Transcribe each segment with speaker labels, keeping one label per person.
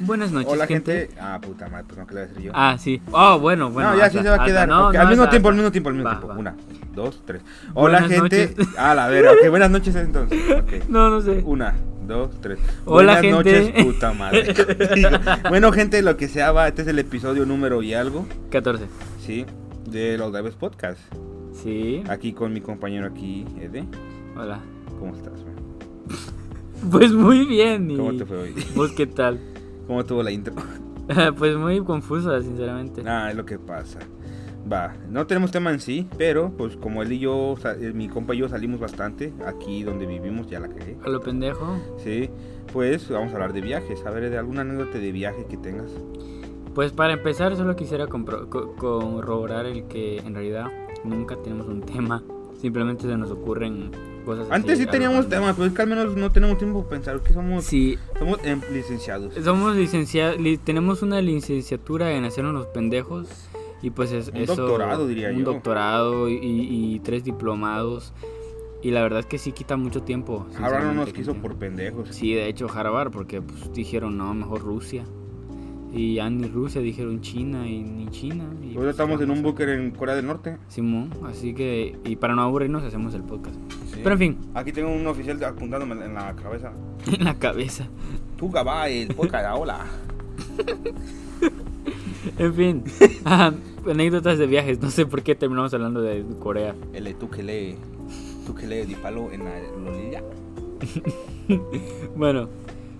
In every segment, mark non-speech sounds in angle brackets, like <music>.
Speaker 1: Buenas noches,
Speaker 2: Hola, gente. Ah, puta madre, pues no, que le voy a decir yo?
Speaker 1: Ah, sí. Oh, bueno, bueno.
Speaker 2: no, ya
Speaker 1: hazla,
Speaker 2: sí se va a
Speaker 1: hazla.
Speaker 2: quedar.
Speaker 1: No,
Speaker 2: ok,
Speaker 1: no,
Speaker 2: al mismo
Speaker 1: hazla,
Speaker 2: tiempo, al
Speaker 1: hazla.
Speaker 2: mismo tiempo, al mismo
Speaker 1: Va,
Speaker 2: tiempo.
Speaker 1: va.
Speaker 2: Una, dos, tres. Hola,
Speaker 1: Buenas
Speaker 2: gente.
Speaker 1: noches.
Speaker 2: Ah, la verga. Ok, buenas noches entonces. Ok.
Speaker 1: No, no sé.
Speaker 2: Una, dos, tres.
Speaker 1: Hola,
Speaker 2: Buenas
Speaker 1: gente.
Speaker 2: noches,
Speaker 1: <laughs>
Speaker 2: puta madre. Digo, bueno, gente, lo que sea, va. Este es el episodio número y algo,
Speaker 1: 14.
Speaker 2: ¿sí? De los Dives Podcast.
Speaker 1: Sí.
Speaker 2: Aquí con mi compañero aquí, Ede.
Speaker 1: Hola. <laughs>
Speaker 2: ¿Cómo estás, man?
Speaker 1: Pues muy bien. Y...
Speaker 2: ¿Cómo te fue hoy?
Speaker 1: ¿Vos qué tal? <laughs>
Speaker 2: ¿Cómo tuvo la intro?
Speaker 1: pues muy confusa, sinceramente.
Speaker 2: Ah, es lo que pasa. Va, no tenemos tema en sí, pero pues como él y yo, sa- eh, mi compa y yo salimos bastante aquí donde vivimos, ya la cagué.
Speaker 1: A lo pendejo.
Speaker 2: Sí, pues vamos a hablar de viajes, a ver de alguna anécdota de viaje que tengas.
Speaker 1: Pues para empezar, solo quisiera compro- co- corroborar el que en realidad nunca tenemos un <laughs> tema. Simplemente se nos ocurren cosas. así,
Speaker 2: Antes sí
Speaker 1: a lo
Speaker 2: teníamos
Speaker 1: random.
Speaker 2: temas, pero es que al menos no tenemos tiempo de pensar que somos,
Speaker 1: Sí,
Speaker 2: somos em, licenciados.
Speaker 1: somos licenciados. tenemos una licenciatura en hacernos los pendejos. Y pues es,
Speaker 2: Un
Speaker 1: eso.
Speaker 2: doctorado, diría
Speaker 1: un
Speaker 2: yo.
Speaker 1: doctorado y, y tres diplomados. Y la verdad es que sí quita mucho tiempo.
Speaker 2: Ahora no nos
Speaker 1: sinceramente,
Speaker 2: quiso
Speaker 1: gente.
Speaker 2: por pendejos.
Speaker 1: Sí, de hecho, Harvard, porque pues, dijeron, no, mejor Rusia. Y ya ni Rusia, dijeron China y ni China. Y,
Speaker 2: Ahora
Speaker 1: pues,
Speaker 2: estamos en
Speaker 1: vamos
Speaker 2: un
Speaker 1: a-
Speaker 2: búnker en Corea del Norte.
Speaker 1: Simón, así que, y para no aburrirnos, hacemos el podcast. <laughs>
Speaker 2: Sí.
Speaker 1: Pero en fin,
Speaker 2: Aquí tengo un oficial apuntándome en la cabeza.
Speaker 1: en la cabeza.
Speaker 2: Tú, Gabá, el podcast, hola.
Speaker 1: En fin, <laughs> ah, anécdotas de viajes. No sé por qué terminamos hablando de Corea.
Speaker 2: El tú que le, tú que le di palo en la lolilla.
Speaker 1: Bueno,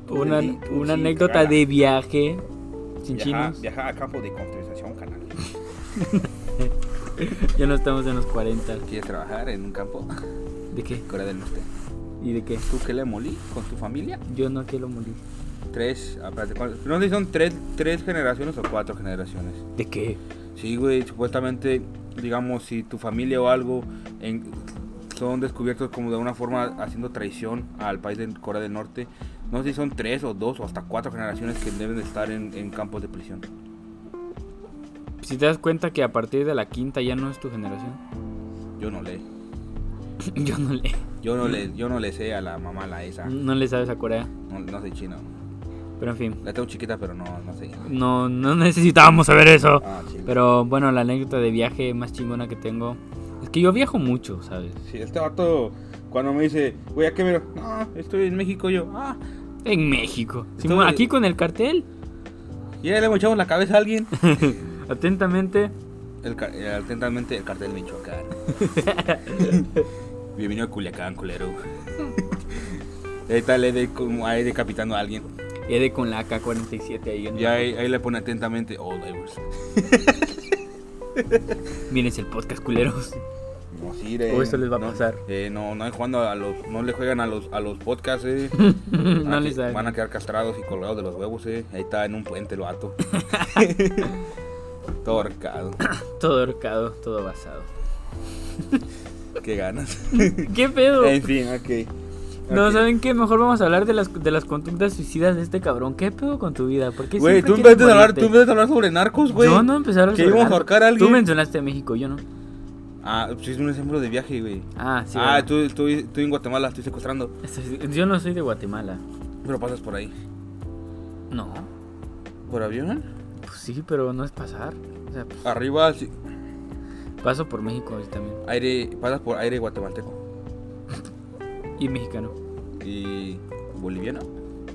Speaker 2: Tú
Speaker 1: una,
Speaker 2: di, tú
Speaker 1: una
Speaker 2: sí,
Speaker 1: anécdota
Speaker 2: cagala.
Speaker 1: de viaje. Sin
Speaker 2: Viaja,
Speaker 1: chinos.
Speaker 2: viaja a campo de concentración, canal.
Speaker 1: Ya no estamos en los 40.
Speaker 2: ¿Quieres trabajar en un campo?
Speaker 1: ¿De qué?
Speaker 2: <laughs> Corea del Norte.
Speaker 1: ¿Y de qué?
Speaker 2: ¿Tú que le molí con tu familia?
Speaker 1: Yo no quiero morir.
Speaker 2: Tres, ah, espérate, ¿cuál- no sé si son tres, tres generaciones o cuatro generaciones.
Speaker 1: ¿De qué?
Speaker 2: Sí, güey, supuestamente, digamos, si tu familia o algo en- son descubiertos como de una forma haciendo traición al país de Corea del Norte, no sé si son tres o dos o hasta cuatro generaciones que deben de estar en, en campos de prisión.
Speaker 1: Si te das cuenta que a partir de la quinta ya no es tu generación. <laughs>
Speaker 2: Yo no le,
Speaker 1: Yo no le,
Speaker 2: yo no le, yo no le sé a la mamá la esa,
Speaker 1: no le sabes a Corea.
Speaker 2: no, no sé chino.
Speaker 1: Pero en fin,
Speaker 2: La tengo chiquita, pero no, no sé.
Speaker 1: no, no necesitábamos saber eso.
Speaker 2: Ah, chile.
Speaker 1: Pero bueno, la anécdota de viaje más chingona que tengo es que yo viajo mucho, ¿sabes?
Speaker 2: Sí, este vato, cuando me dice, güey, ¿a qué me Ah, estoy en México, yo, ah.
Speaker 1: En México.
Speaker 2: Estuve-
Speaker 1: Simón, aquí con el cartel.
Speaker 2: Y ahí le mochamos la cabeza a alguien.
Speaker 1: Atentamente.
Speaker 2: El, ca- eh, atentamente, el cartel Michoacán. <laughs> Bienvenido a Culiacán, <laughs> culero. ahí está, le de, como ahí decapitando a alguien.
Speaker 1: Y de con la AK-47 ahí. ¿no?
Speaker 2: Y ahí, ahí le pone atentamente, oh, divers.
Speaker 1: Mírense el podcast, culeros.
Speaker 2: No sirve.
Speaker 1: O eso les va a
Speaker 2: no,
Speaker 1: pasar.
Speaker 2: Eh, no, no hay jugando a los, no le juegan a los, a los podcasts, eh.
Speaker 1: <laughs> no
Speaker 2: Ah,
Speaker 1: les
Speaker 2: que
Speaker 1: saben.
Speaker 2: Van a quedar castrados y colgados de los huevos, eh. Ahí está en un puente el
Speaker 1: <laughs>
Speaker 2: vato. Todo horcado.
Speaker 1: Todo horcado, todo basado. <laughs>
Speaker 2: Qué ganas.
Speaker 1: ¿Qué pedo?
Speaker 2: en fin, ok.
Speaker 1: No,
Speaker 2: Ok.
Speaker 1: ¿saben qué? Mejor vamos a hablar de las, de las conductas suicidas de este cabrón. ¿Qué pedo con tu vida? ¿Por qué
Speaker 2: Güey,
Speaker 1: siempre
Speaker 2: tú en vez
Speaker 1: quieres
Speaker 2: de hablar,
Speaker 1: morirte?
Speaker 2: tú en vez de hablar sobre narcos, güey.
Speaker 1: Yo no empecé a hablar
Speaker 2: que
Speaker 1: sobre
Speaker 2: íbamos a
Speaker 1: nada.
Speaker 2: ahorcar a alguien.
Speaker 1: Tú mencionaste a México, yo no.
Speaker 2: Ah, pues es un ejemplo de viaje, güey.
Speaker 1: Ah, sí.
Speaker 2: ah,
Speaker 1: ¿verdad?
Speaker 2: tú, tú, tú en Guatemala estoy secuestrando,
Speaker 1: Este- Yo no soy de Guatemala.
Speaker 2: pero pasas por ahí.
Speaker 1: No.
Speaker 2: ¿Por avión?
Speaker 1: Pues sí, pero no es pasar. O sea, pues,
Speaker 2: Arriba, sí,
Speaker 1: paso por México ahorita también.
Speaker 2: aire, pasas por aire guatemalteco.
Speaker 1: Y mexicano.
Speaker 2: ¿Y boliviano?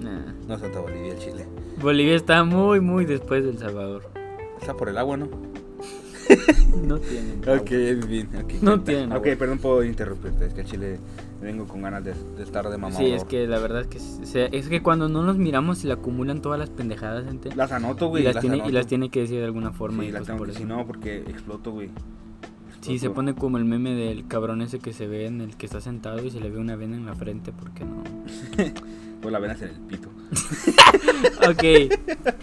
Speaker 1: Nah.
Speaker 2: No, Santa Bolivia, el Chile.
Speaker 1: Bolivia está muy, muy después del Salvador.
Speaker 2: Está por el agua, ¿no?
Speaker 1: No tienen.
Speaker 2: Ok, bien, ok.
Speaker 1: No
Speaker 2: cuenta.
Speaker 1: tienen
Speaker 2: Ok,
Speaker 1: agua.
Speaker 2: perdón por interrumpirte, es que el Chile vengo con ganas de, de estar de mamá.
Speaker 1: Sí, es que la verdad es que, se- es que cuando no nos miramos se le acumulan todas las pendejadas, gente.
Speaker 2: Las anoto,
Speaker 1: y,
Speaker 2: güey.
Speaker 1: las tiene, y
Speaker 2: anoto.
Speaker 1: las tiene que decir de alguna forma.
Speaker 2: Sí,
Speaker 1: y
Speaker 2: las
Speaker 1: pues
Speaker 2: tengo
Speaker 1: por
Speaker 2: que
Speaker 1: eso.
Speaker 2: si no, pues, porque exploto, güey.
Speaker 1: Sí, se
Speaker 2: Exploto.
Speaker 1: pone como el meme del cabrón ese que se ve en el que está sentado y se le ve una vena en la frente, ¿por qué
Speaker 2: <laughs>
Speaker 1: no?
Speaker 2: Pues la venas en el pito.
Speaker 1: Ok.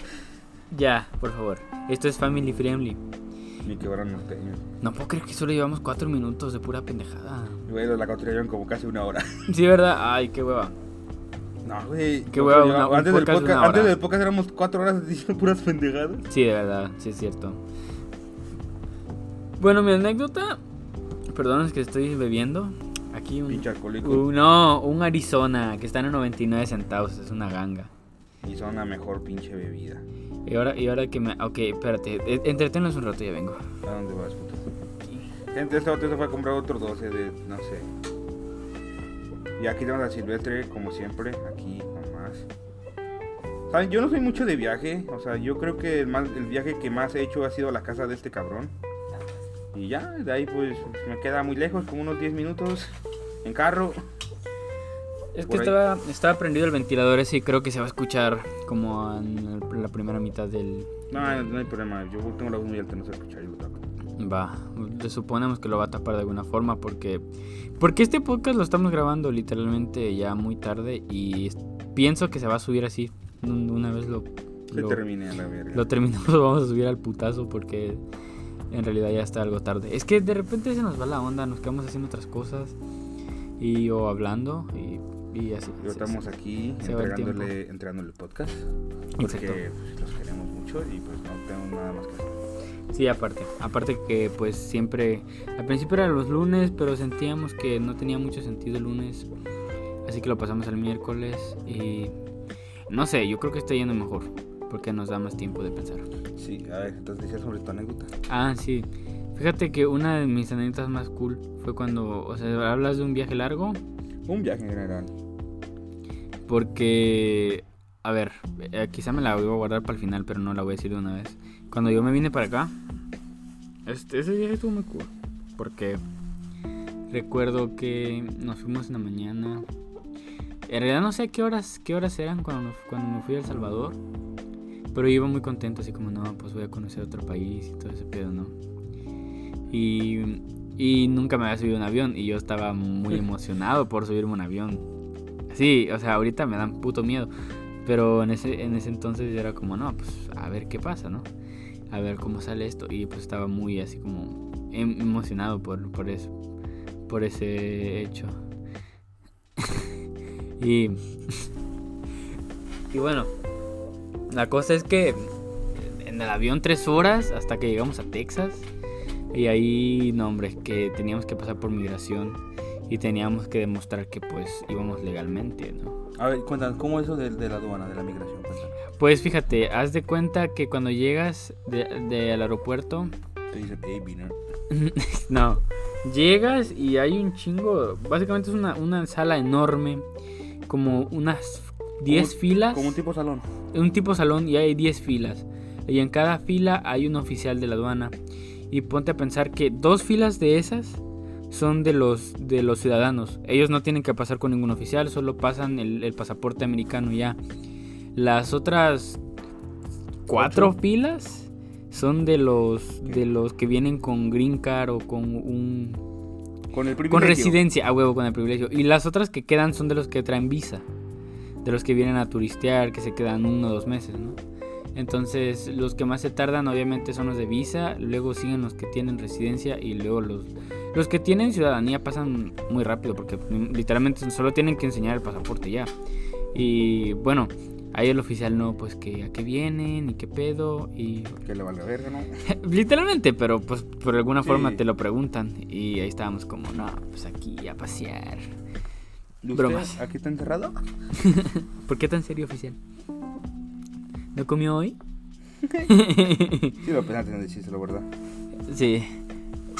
Speaker 1: Ya, por favor. Esto es family friendly.
Speaker 2: Ni quebraron los teños.
Speaker 1: No puedo creer que solo llevamos cuatro minutos de pura pendejada.
Speaker 2: Güey, los lacautrillos como casi una hora. <laughs>
Speaker 1: Sí, ¿verdad? Ay, qué hueva.
Speaker 2: No, güey.
Speaker 1: Qué
Speaker 2: nosotros
Speaker 1: hueva, una-
Speaker 2: llevamos-
Speaker 1: un
Speaker 2: antes, del
Speaker 1: podcast de
Speaker 2: podcast-
Speaker 1: una
Speaker 2: antes
Speaker 1: hora.
Speaker 2: del podcast éramos cuatro horas diciendo puras <laughs> pendejadas.
Speaker 1: Sí, de verdad, sí es cierto. Bueno, mi anécdota. Perdón, es que estoy bebiendo. Aquí un.
Speaker 2: Pinche alcohólico.
Speaker 1: un- no, un Arizona que están a 99 centavos. Es una ganga.
Speaker 2: Y son la mejor pinche bebida.
Speaker 1: Y ahora, y ahora que me. Ok, espérate. e- Entretenos un rato y ya vengo.
Speaker 2: ¿A dónde vas, puto? Gente, este vato se fue a comprar otros 12 de, no sé. Y aquí tenemos a Silvestre, como siempre, aquí nomás. ¿Saben? Yo no soy mucho de viaje, o sea, yo creo que el, más, el viaje que más he hecho ha sido a la casa de este cabrón. Y ya, de ahí pues me queda muy lejos, como unos 10 minutos en carro.
Speaker 1: Es que
Speaker 2: Por ahí.
Speaker 1: estaba, estaba prendido el ventilador ese y creo que se va a escuchar como en el- la primera mitad del.
Speaker 2: No, no hay problema, yo tengo la voz muy alta, no sé escuchar, yo lo tapo.
Speaker 1: Va. le Suponemos que lo va a tapar de alguna forma porque. Porque este podcast lo estamos grabando literalmente ya muy tarde y es- pienso que se va a subir así. un- Una vez lo.
Speaker 2: Se
Speaker 1: lo-
Speaker 2: terminé a la verga.
Speaker 1: lo terminamos, <laughs> lo vamos a subir al putazo porque en realidad ya está algo tarde. Es que de repente se nos va la onda, nos quedamos haciendo otras cosas y o hablando y, y así. así,
Speaker 2: Y estamos
Speaker 1: así.
Speaker 2: aquí
Speaker 1: Se va el tiempo.
Speaker 2: entregándole, entregándole el podcast. Porque
Speaker 1: Exacto.
Speaker 2: pues, los queremos mucho y pues no tenemos nada más que hacer.
Speaker 1: Sí, aparte. Aparte que pues siempre, al principio eran los lunes, pero sentíamos que no tenía mucho sentido el lunes. Así que lo pasamos al miércoles y no sé, yo creo que está yendo mejor porque nos da más tiempo de pensar.
Speaker 2: Sí, a ver, entonces decías sobre tu anécdota.
Speaker 1: Ah, sí. Fíjate que una de mis anécdotas más cool fue cuando, o sea, hablas de un viaje largo,
Speaker 2: Un viaje en general.
Speaker 1: porque, a ver, eh, quizá me la voy a guardar para el final, pero no la voy a decir de una vez. Cuando yo me vine para acá, este, ese viaje estuvo muy cool, porque recuerdo que nos fuimos en la mañana. En realidad no sé a qué horas, qué horas eran cuando, nos- cuando me fui a El Salvador, pero iba muy contento, así como, no, pues voy a conocer otro país y todo ese pedo, ¿no? Y, y nunca me había subido a un avión y yo estaba muy emocionado por subirme a un avión. Sí, o sea, ahorita me dan puto miedo, pero en ese, en ese entonces yo era como, no, pues a ver qué pasa, ¿no? A ver cómo sale esto y pues estaba muy así como em- emocionado por, por eso, por ese hecho. <laughs> y, <laughs> y bueno, la cosa es que en el avión tres horas hasta que llegamos a Texas. Y ahí, no hombre, es que teníamos que pasar por migración y teníamos que demostrar que pues íbamos legalmente, ¿no?
Speaker 2: A ver, cuéntanos, ¿cómo es eso de, de la aduana, de la migración? Cuéntanos.
Speaker 1: Pues fíjate, haz de cuenta que cuando llegas de- del aeropuerto,
Speaker 2: Te dicen, hey, Biner.
Speaker 1: no, llegas y hay un chingo, básicamente es una, una sala enorme, como unas 10
Speaker 2: Como-
Speaker 1: filas,
Speaker 2: Como un tipo salón.
Speaker 1: un tipo salón y hay 10 filas. Y en cada fila hay un oficial de la aduana. Y ponte a pensar que dos filas de esas son de los, de los ciudadanos. Ellos no tienen que pasar con ningún oficial, solo pasan el, el pasaporte americano y ya. Las otras cuatro
Speaker 2: Ocho.
Speaker 1: filas son de los, de los que vienen con green card o con un
Speaker 2: Con el privilegio.
Speaker 1: con residencia, a huevo, con el privilegio. Y las otras que quedan son de los que traen visa. De los que vienen a turistear, que se quedan uno o dos meses, ¿no? Entonces, los que más se tardan obviamente son los de visa, luego siguen los que tienen residencia y luego los, los que tienen ciudadanía pasan muy rápido porque literalmente solo tienen que enseñar el pasaporte ya. Y bueno, ahí el oficial no, pues que a qué vienen y qué pedo y
Speaker 2: Que le vale
Speaker 1: <laughs>
Speaker 2: verga, ¿no?
Speaker 1: Literalmente, pero pues por alguna
Speaker 2: Sí.
Speaker 1: forma te lo preguntan. Y ahí estábamos como, no, pues aquí a pasear.
Speaker 2: ¿Y usted
Speaker 1: Bromas.
Speaker 2: aquí está encerrado?
Speaker 1: ¿Por qué tan serio, oficial? ¿No comió hoy?
Speaker 2: Sí, lo pensaste en decirse, la verdad.
Speaker 1: sí.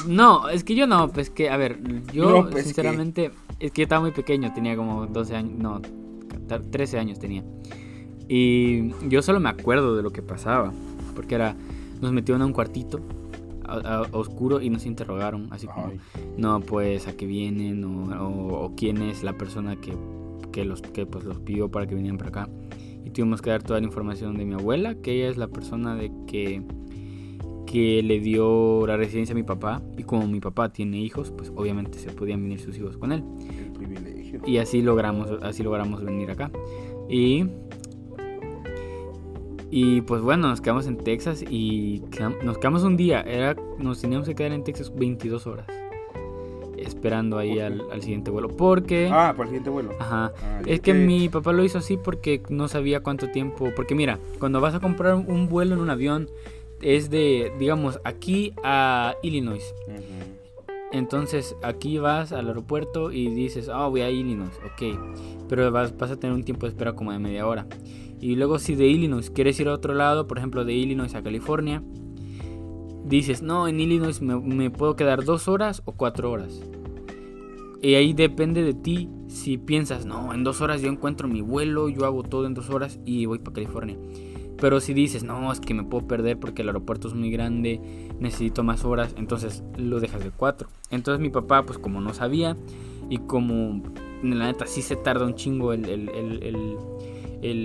Speaker 1: No, es que yo no, pues que, a ver, yo
Speaker 2: No, pues,
Speaker 1: sinceramente, es que yo estaba muy pequeño, tenía como 12 años, no, 13 años tenía. Y yo solo me acuerdo de lo que pasaba, porque era, nos metieron a un cuartito a- a- oscuro y nos interrogaron, así como,
Speaker 2: Ay,
Speaker 1: no pues a qué vienen o, o- o quién es la persona que, que los que pues los pidió para que vinieran para acá y tuvimos que dar toda la información de mi abuela que ella es la persona de que que le dio la residencia a mi papá y como mi papá tiene hijos pues obviamente se podían venir sus hijos con él
Speaker 2: el privilegio.
Speaker 1: y así logramos así logramos venir acá y y pues bueno nos quedamos en Texas y quedam- nos quedamos un día era nos teníamos que quedar en Texas 22 horas esperando ahí
Speaker 2: ¿Por qué?
Speaker 1: al, al siguiente vuelo porque
Speaker 2: Ah, para el siguiente vuelo.
Speaker 1: ajá
Speaker 2: Ah, yo
Speaker 1: eh. es que mi papá lo hizo así porque no sabía cuánto tiempo. Porque mira, cuando vas a comprar un vuelo en un avión, es de, digamos, aquí a Illinois.
Speaker 2: Ujú.
Speaker 1: Entonces aquí vas al aeropuerto y dices, ah, voy a Illinois, ok. Pero vas, vas a tener un tiempo de espera como de media hora. Y luego si de Illinois quieres ir a otro lado, por ejemplo de Illinois a California, dices, no, en Illinois me, me puedo quedar dos horas o cuatro horas. Y ahí depende de ti si piensas, no, en dos horas yo encuentro mi vuelo, yo hago todo en dos horas y voy para California. Pero si dices, no, es que me puedo perder porque el aeropuerto es muy grande, necesito más horas, entonces lo dejas de cuatro. Entonces mi papá, pues como no sabía y como la neta sí se tarda un chingo el, el, el, el,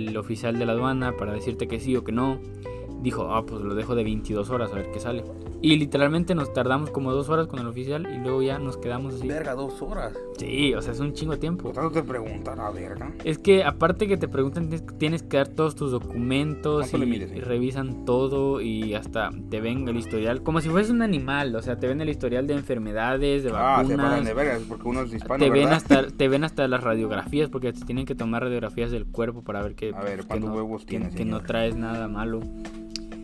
Speaker 1: el oficial de la aduana para decirte que sí o que no, dijo, ah, pues lo dejo de 22 horas a ver qué sale. Y literalmente nos tardamos como dos horas con el oficial y luego ya nos quedamos así.
Speaker 2: Verga, dos horas.
Speaker 1: Sí, o sea, es un chingo de tiempo.
Speaker 2: Por tanto te preguntan, a verga.
Speaker 1: Es que aparte que te preguntan, tienes- tienes que dar todos tus documentos
Speaker 2: ¿Cuánto
Speaker 1: y,
Speaker 2: le mides, eh?
Speaker 1: y revisan todo y hasta te ven el historial, como si fueras un animal, o sea, te ven el historial de enfermedades, de
Speaker 2: Ah, se pasan
Speaker 1: vacunas.
Speaker 2: de verga, porque uno es hispano,
Speaker 1: te ven,
Speaker 2: ¿verdad?
Speaker 1: hasta, te ven hasta las radiografías porque te tienen que tomar radiografías del cuerpo para ver que, pues,
Speaker 2: A ver,
Speaker 1: que
Speaker 2: ¿cuántos
Speaker 1: no,
Speaker 2: huevos
Speaker 1: que-
Speaker 2: tienes,
Speaker 1: que no
Speaker 2: señor?
Speaker 1: traes nada malo.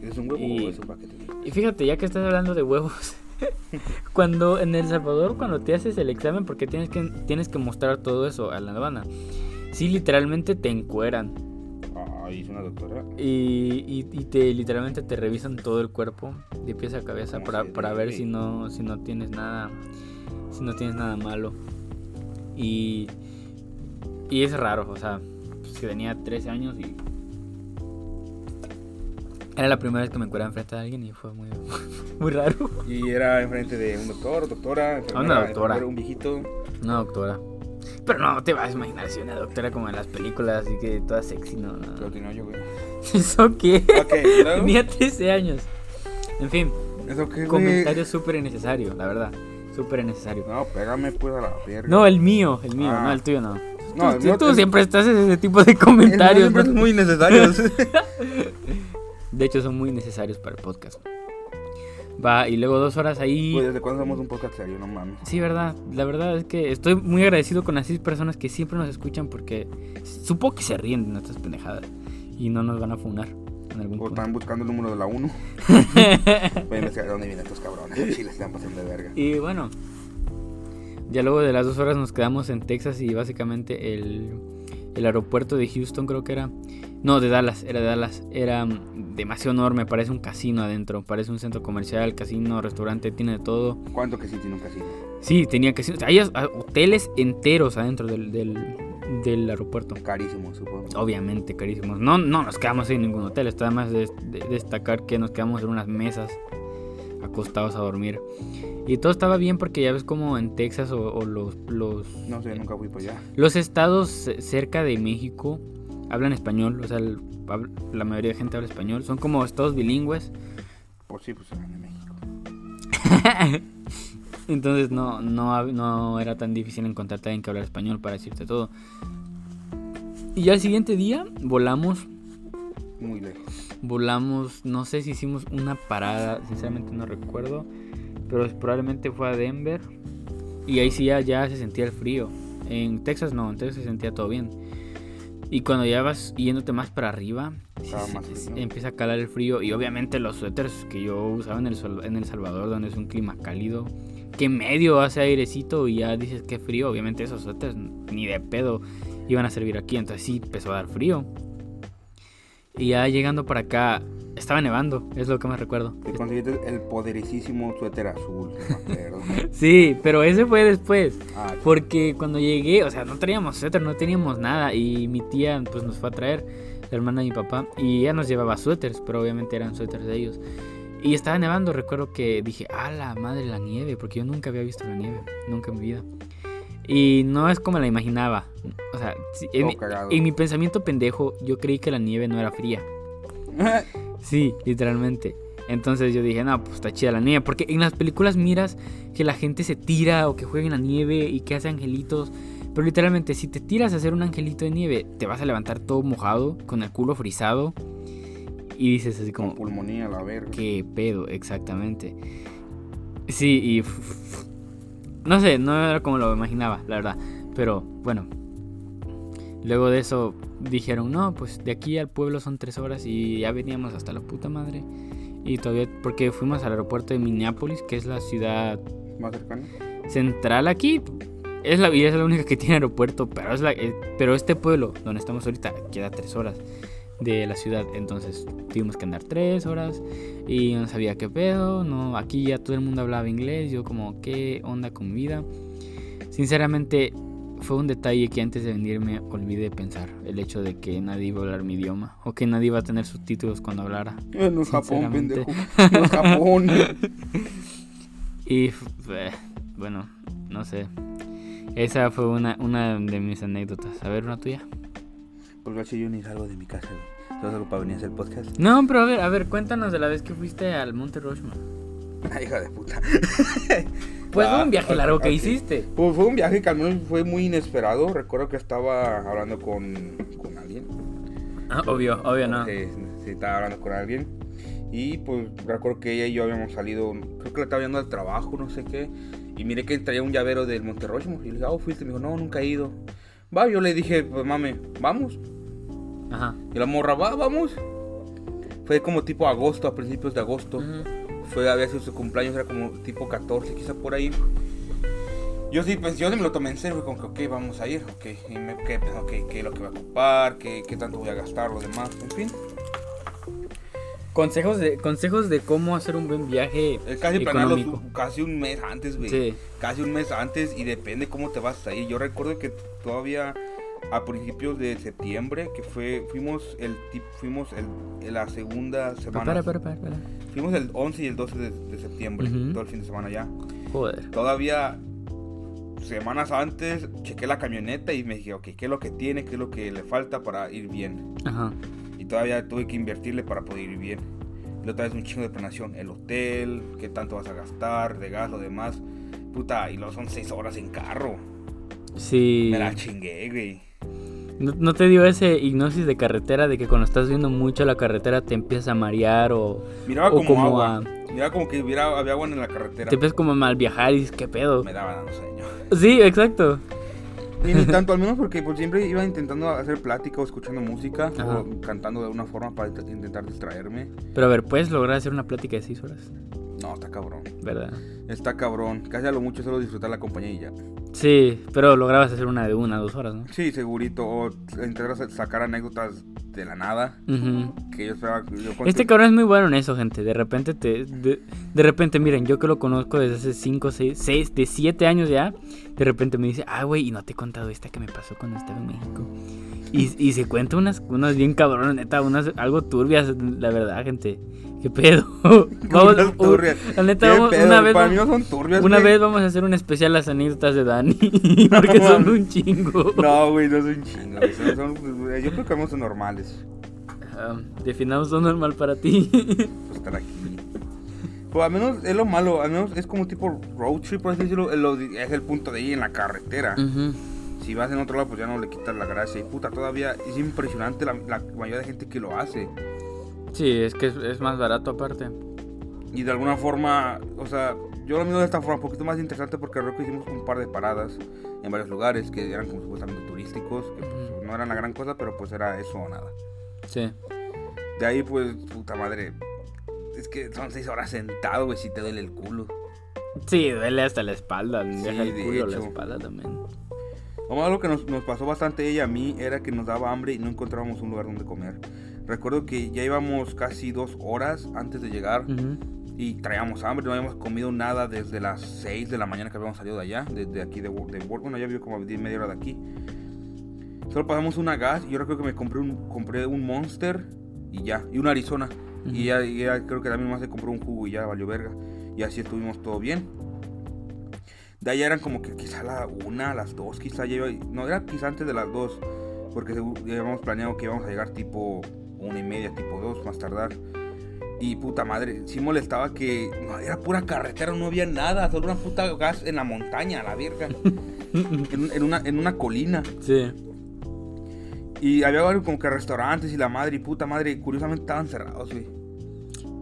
Speaker 2: Es un huevo
Speaker 1: y-
Speaker 2: o es un paquete.
Speaker 1: Y fíjate, ya que estás hablando de huevos, <laughs> cuando en El Salvador, cuando te haces el examen, porque tienes que, tienes que mostrar todo eso a la aduana, sí, literalmente te encueran Ah,
Speaker 2: Ay, es una doctora.
Speaker 1: y, y- y te literalmente te revisan todo el cuerpo, de pies a cabeza,
Speaker 2: Como
Speaker 1: para,
Speaker 2: si-
Speaker 1: para ver
Speaker 2: sí.
Speaker 1: si no, si no tienes nada, si no tienes nada malo. Y, y es raro, o sea, pues, que tenía 13 años y... Era la primera vez que me encueraba enfrente de alguien y fue muy, <laughs> muy raro.
Speaker 2: Y era enfrente de un doctor, doctora, enfermera,
Speaker 1: Ah, Una doctora.
Speaker 2: enfermero, un viejito.
Speaker 1: Una doctora. Pero no te vas a imaginar si una doctora como en las películas, así que toda sexy, no. no.
Speaker 2: Creo que no,
Speaker 1: <laughs>
Speaker 2: yo, güey.
Speaker 1: ¿Eso qué?
Speaker 2: Ok, luego.
Speaker 1: Tenía 13 años. En fin,
Speaker 2: ¿Eso qué, güey?
Speaker 1: comentario súper innecesario, la verdad. Súper innecesario.
Speaker 2: No, pégame pues a la verga.
Speaker 1: No, el mío, el mío,
Speaker 2: Ah.
Speaker 1: no, el tuyo no.
Speaker 2: No,
Speaker 1: tú
Speaker 2: el
Speaker 1: tú-
Speaker 2: mío-
Speaker 1: tú
Speaker 2: el-
Speaker 1: siempre estás en ese tipo de
Speaker 2: Es muy-
Speaker 1: comentarios.
Speaker 2: siempre
Speaker 1: ¿no?
Speaker 2: es muy innecesario.
Speaker 1: <laughs> De hecho, son muy necesarios para el podcast. Va, y luego dos horas ahí.
Speaker 2: Güey, Pues, ¿desde cuándo somos un podcast serio? No mames.
Speaker 1: Sí, verdad. La verdad es que estoy muy agradecido con las seis personas que siempre nos escuchan porque supo que se ríen de nuestras pendejadas y no nos van a funar en algún
Speaker 2: O
Speaker 1: punto.
Speaker 2: están buscando el número de la
Speaker 1: <laughs>
Speaker 2: 1. Voy a investigar dónde vienen estos cabrones. Sí, les están pasando de verga.
Speaker 1: Y bueno, ya luego de las dos horas nos quedamos en Texas y básicamente el, el aeropuerto de Houston creo que era... No, de Dallas, era de Dallas. Era mm, demasiado enorme, parece un casino adentro, parece un centro comercial, casino, restaurante, tiene de todo.
Speaker 2: ¿Cuánto que sí tiene un casino?
Speaker 1: Sí, tenía que ser. Hay as- a- hoteles enteros adentro del, del, del aeropuerto.
Speaker 2: Carísimo, supongo.
Speaker 1: Obviamente, carísimos. No, no nos quedamos en ningún hotel. Está más de, de- destacar que nos quedamos en unas mesas acostados a dormir. Y todo estaba bien porque ya ves como en Texas o, o los, los,
Speaker 2: No sé, nunca fui por allá.
Speaker 1: los estados ce- cerca de México hablan español. O sea, el- hab- la mayoría de gente habla español. Son como estados bilingües.
Speaker 2: Por sí, pues eran de México.
Speaker 1: Entonces no, no, hab- no era tan difícil encontrarte a alguien que hablar español para decirte todo. Y ya el siguiente día volamos,
Speaker 2: Muy lejos.
Speaker 1: volamos, no sé si hicimos una parada, sinceramente no recuerdo, pero probablemente fue a Denver y ahí sí ya, ya se sentía el frío. En Texas no, en Texas se sentía todo bien. Y cuando ya vas yéndote más para arriba, sí
Speaker 2: Estaba
Speaker 1: se-
Speaker 2: más
Speaker 1: se-
Speaker 2: frío.
Speaker 1: empieza a calar el frío y obviamente los suéteres que yo usaba en el, Sol- en el Salvador, donde es un clima cálido, que medio hace airecito y ya dices que frío, obviamente esos suéteres ni de pedo iban a servir aquí, entonces sí empezó a dar frío. Y ya llegando para acá, estaba nevando, es lo que más recuerdo.
Speaker 2: Te conseguiste el poderosísimo suéter azul. No me acuerdo.
Speaker 1: Sí, pero ese fue después.
Speaker 2: Ah, <laughs>
Speaker 1: Porque cuando llegué, o sea, no teníamos suéter, no teníamos nada. Y mi tía, pues nos fue a traer, la hermana de mi papá. Y ella nos llevaba suéteres, pero obviamente eran suéteres de ellos. Y estaba nevando, recuerdo que dije, ah, la madre, la nieve, porque yo nunca había visto la nieve, nunca en mi vida. Y no es como la imaginaba. O sea, sí, en,
Speaker 2: Oh,
Speaker 1: mi,
Speaker 2: cagado.
Speaker 1: en mi pensamiento pendejo, yo creí que la nieve no era fría. Sí, literalmente. Entonces yo dije, no, pues está chida la nieve. Porque en las películas miras que la gente se tira o que juega en la nieve y que hace angelitos. Pero literalmente, si te tiras a hacer un angelito de nieve, te vas a levantar todo mojado, con el culo frisado. Y dices así como,
Speaker 2: Con pulmonía, la verga.
Speaker 1: ¿Qué pedo? Exactamente. Sí, y. f- f- No sé, no era como lo imaginaba, la verdad. Pero bueno. Luego de eso dijeron, no, pues de aquí al pueblo son tres horas y ya veníamos hasta la puta madre. Y todavía, porque fuimos al aeropuerto de Minneapolis, que es la ciudad
Speaker 2: <laughs> ¿Más cercano?
Speaker 1: Central aquí es la vía es la única que <laughs> tiene aeropuerto, pero es la eh, pero este pueblo donde estamos ahorita queda tres horas de la ciudad, entonces tuvimos que andar tres horas y no sabía qué pedo, no, aquí ya todo el mundo hablaba inglés, yo como qué onda con mi vida. Sinceramente fue un detalle que antes de venirme olvidé pensar, el hecho de que nadie iba a hablar mi idioma o que nadie iba a tener subtítulos cuando hablara.
Speaker 2: En un Japón, pendejo. <laughs> En Japón.
Speaker 1: y eh, bueno, no sé. Esa fue una, una de mis anécdotas. A ver, una tuya.
Speaker 2: Pues gacho, yo ni salgo de mi casa, güey. Solo salgo para venir a hacer podcast.
Speaker 1: No, pero a ver, a ver, cuéntanos de la vez que fuiste al Monte Rushmore.
Speaker 2: <laughs> Ah, hija de <laughs> puta.
Speaker 1: Pues
Speaker 2: Ah,
Speaker 1: fue un viaje
Speaker 2: ok,
Speaker 1: largo que
Speaker 2: ok.
Speaker 1: hiciste.
Speaker 2: Pues fue un viaje que al menos fue muy inesperado. Recuerdo que estaba hablando con, con alguien.
Speaker 1: Ah, obvio, obvio no.
Speaker 2: Sí, sí, estaba hablando con alguien. Y pues recuerdo que ella y yo habíamos salido, creo que la estaba viendo al trabajo, no sé qué. Y miré que traía un llavero del Monte Rushmore. Y le dije, oh, fuiste. Me dijo, no, nunca he ido. Va, yo le dije, pues mame, vamos.
Speaker 1: Ajá.
Speaker 2: Y la morra, va, vamos. Fue como tipo agosto, a principios de agosto. Fue a veces su cumpleaños, era como tipo 14, quizá por ahí. Yo sí, pues yo sí me lo tomé en serio, fue como que, ok, vamos a ir, ok, y me quedé pensando, ok, qué es lo que voy a ocupar, qué, qué tanto voy a gastar, lo demás, en fin.
Speaker 1: Consejos de consejos de cómo hacer un buen viaje
Speaker 2: Es casi planearlo
Speaker 1: económico.
Speaker 2: su- casi un mes antes, güey.
Speaker 1: Sí.
Speaker 2: Casi un mes antes y depende cómo te vas a ir. Yo recuerdo que todavía a principios de septiembre, que fue, fuimos el tip- fuimos el, la
Speaker 1: Ah,
Speaker 2: segunda semana.
Speaker 1: Para, para, para, para.
Speaker 2: Fuimos el 11 y el 12 de, de septiembre,
Speaker 1: Ujú.
Speaker 2: todo el fin de semana ya.
Speaker 1: Joder.
Speaker 2: Todavía semanas antes chequé la camioneta y me dije, ok, ¿qué es lo que tiene? ¿Qué es lo que le falta para ir bien?
Speaker 1: Ajá.
Speaker 2: Y todavía tuve que invertirle para poder ir bien. Y otra vez un chingo de planeación, el hotel, qué tanto vas a gastar, de gas, lo demás. Puta, y luego son seis horas en carro.
Speaker 1: Sí.
Speaker 2: Me la chingué, güey.
Speaker 1: ¿No, no te dio ese hipnosis de carretera de que cuando estás viendo mucho la carretera te empiezas a marear o
Speaker 2: Miraba
Speaker 1: O
Speaker 2: como,
Speaker 1: como
Speaker 2: agua.
Speaker 1: a-
Speaker 2: Miraba como que hubiera, había agua en la carretera.
Speaker 1: te empiezas como a mal viajar y dices, ¿qué pedo?
Speaker 2: Me daba dando sueño.
Speaker 1: Sí, exacto.
Speaker 2: Y <laughs> ni tanto, al menos porque pues, siempre iba intentando hacer plática o escuchando música
Speaker 1: Ajá.
Speaker 2: o cantando de alguna forma para int- intentar distraerme.
Speaker 1: Pero a ver, ¿puedes lograr hacer una plática de 6 horas?
Speaker 2: No, está cabrón.
Speaker 1: ¿Verdad?
Speaker 2: Está cabrón. Casi a lo mucho solo disfrutar la compañía y ya.
Speaker 1: Sí, pero lograbas hacer una de una, dos horas, ¿no?
Speaker 2: Sí, segurito. O intentar sa- sacar anécdotas de la nada
Speaker 1: Ujú.
Speaker 2: que yo esperaba. que Yo
Speaker 1: <laughs> Este cabrón es muy bueno en eso, gente. De repente te. De, de repente, miren, yo que lo conozco desde hace 5, 6, 6, de 7 años ya. De repente me dice, ah, güey, y no te he contado esta que me pasó cuando estaba en México. Y, y se cuenta unas, unas bien cabronas, neta, unas algo turbias, la verdad, gente. ¿Qué pedo? <laughs> Vamos,
Speaker 2: Unas turbias.
Speaker 1: uh, la neta,
Speaker 2: ¿Qué
Speaker 1: vamos-
Speaker 2: pedo?
Speaker 1: una vez.
Speaker 2: Para
Speaker 1: vamos-
Speaker 2: mí no son turbias.
Speaker 1: una
Speaker 2: güey.
Speaker 1: vez vamos a hacer un especial las anécdotas de Dani, <laughs>
Speaker 2: <laughs>
Speaker 1: porque
Speaker 2: No
Speaker 1: son
Speaker 2: mames.
Speaker 1: un chingo.
Speaker 2: <laughs> No, güey, no son chingos. güey, son- son- yo creo que vamos a normales.
Speaker 1: Ah, definamos lo normal para ti. <laughs>
Speaker 2: Pues estar aquí. Pues al menos es lo malo. Al menos es como tipo road trip, por así decirlo. lo- es el punto de ir en la carretera.
Speaker 1: Ujú.
Speaker 2: Si vas en otro lado, pues ya no le quitas la gracia. Y puta, todavía es impresionante la, la mayoría de gente que lo hace.
Speaker 1: Sí, es que es, es más barato aparte.
Speaker 2: Y de alguna forma, o sea, yo lo miro de esta forma, un poquito más interesante porque creo que hicimos un par de paradas en varios lugares que eran como supuestamente turísticos, que pues,
Speaker 1: Ujú.
Speaker 2: no eran la gran cosa, pero pues era eso o nada.
Speaker 1: Sí.
Speaker 2: De ahí, pues, puta madre, es que son seis horas sentado, güey, si te duele el culo.
Speaker 1: Sí, duele hasta la espalda, me
Speaker 2: Sí,
Speaker 1: deja el
Speaker 2: de
Speaker 1: culo, la
Speaker 2: hecho.
Speaker 1: espalda también.
Speaker 2: Lo malo que nos, nos pasó bastante ella a mí era que nos daba hambre y no encontrábamos un lugar donde comer. Recuerdo que ya íbamos casi dos horas antes de llegar y traíamos hambre, no habíamos comido nada desde las 6 de la mañana que habíamos salido de allá, desde aquí de, Wo- de Wo- bueno, ya vivo como a 10 media hora de aquí. Solo pasamos una gas y yo recuerdo que me compré un, compré un Monster y ya, y una Arizona. Y ya, y ya creo que también más se compró un jugo y ya valió verga. Y así estuvimos todo bien. De allá eran como que quizá la una, las dos, quizá ya iba- No, era quizá antes de las dos. Porque segu- ya habíamos planeado que íbamos a llegar tipo una y media, tipo dos, más tardar. Y puta madre, sí molestaba que no, era pura carretera, no había nada, solo una puta gas en la montaña, a la verga. <laughs> en, en una, en una colina.
Speaker 1: <laughs> Sí.
Speaker 2: Y había varios como que restaurantes y la madre, y puta madre, y curiosamente estaban cerrados, güey.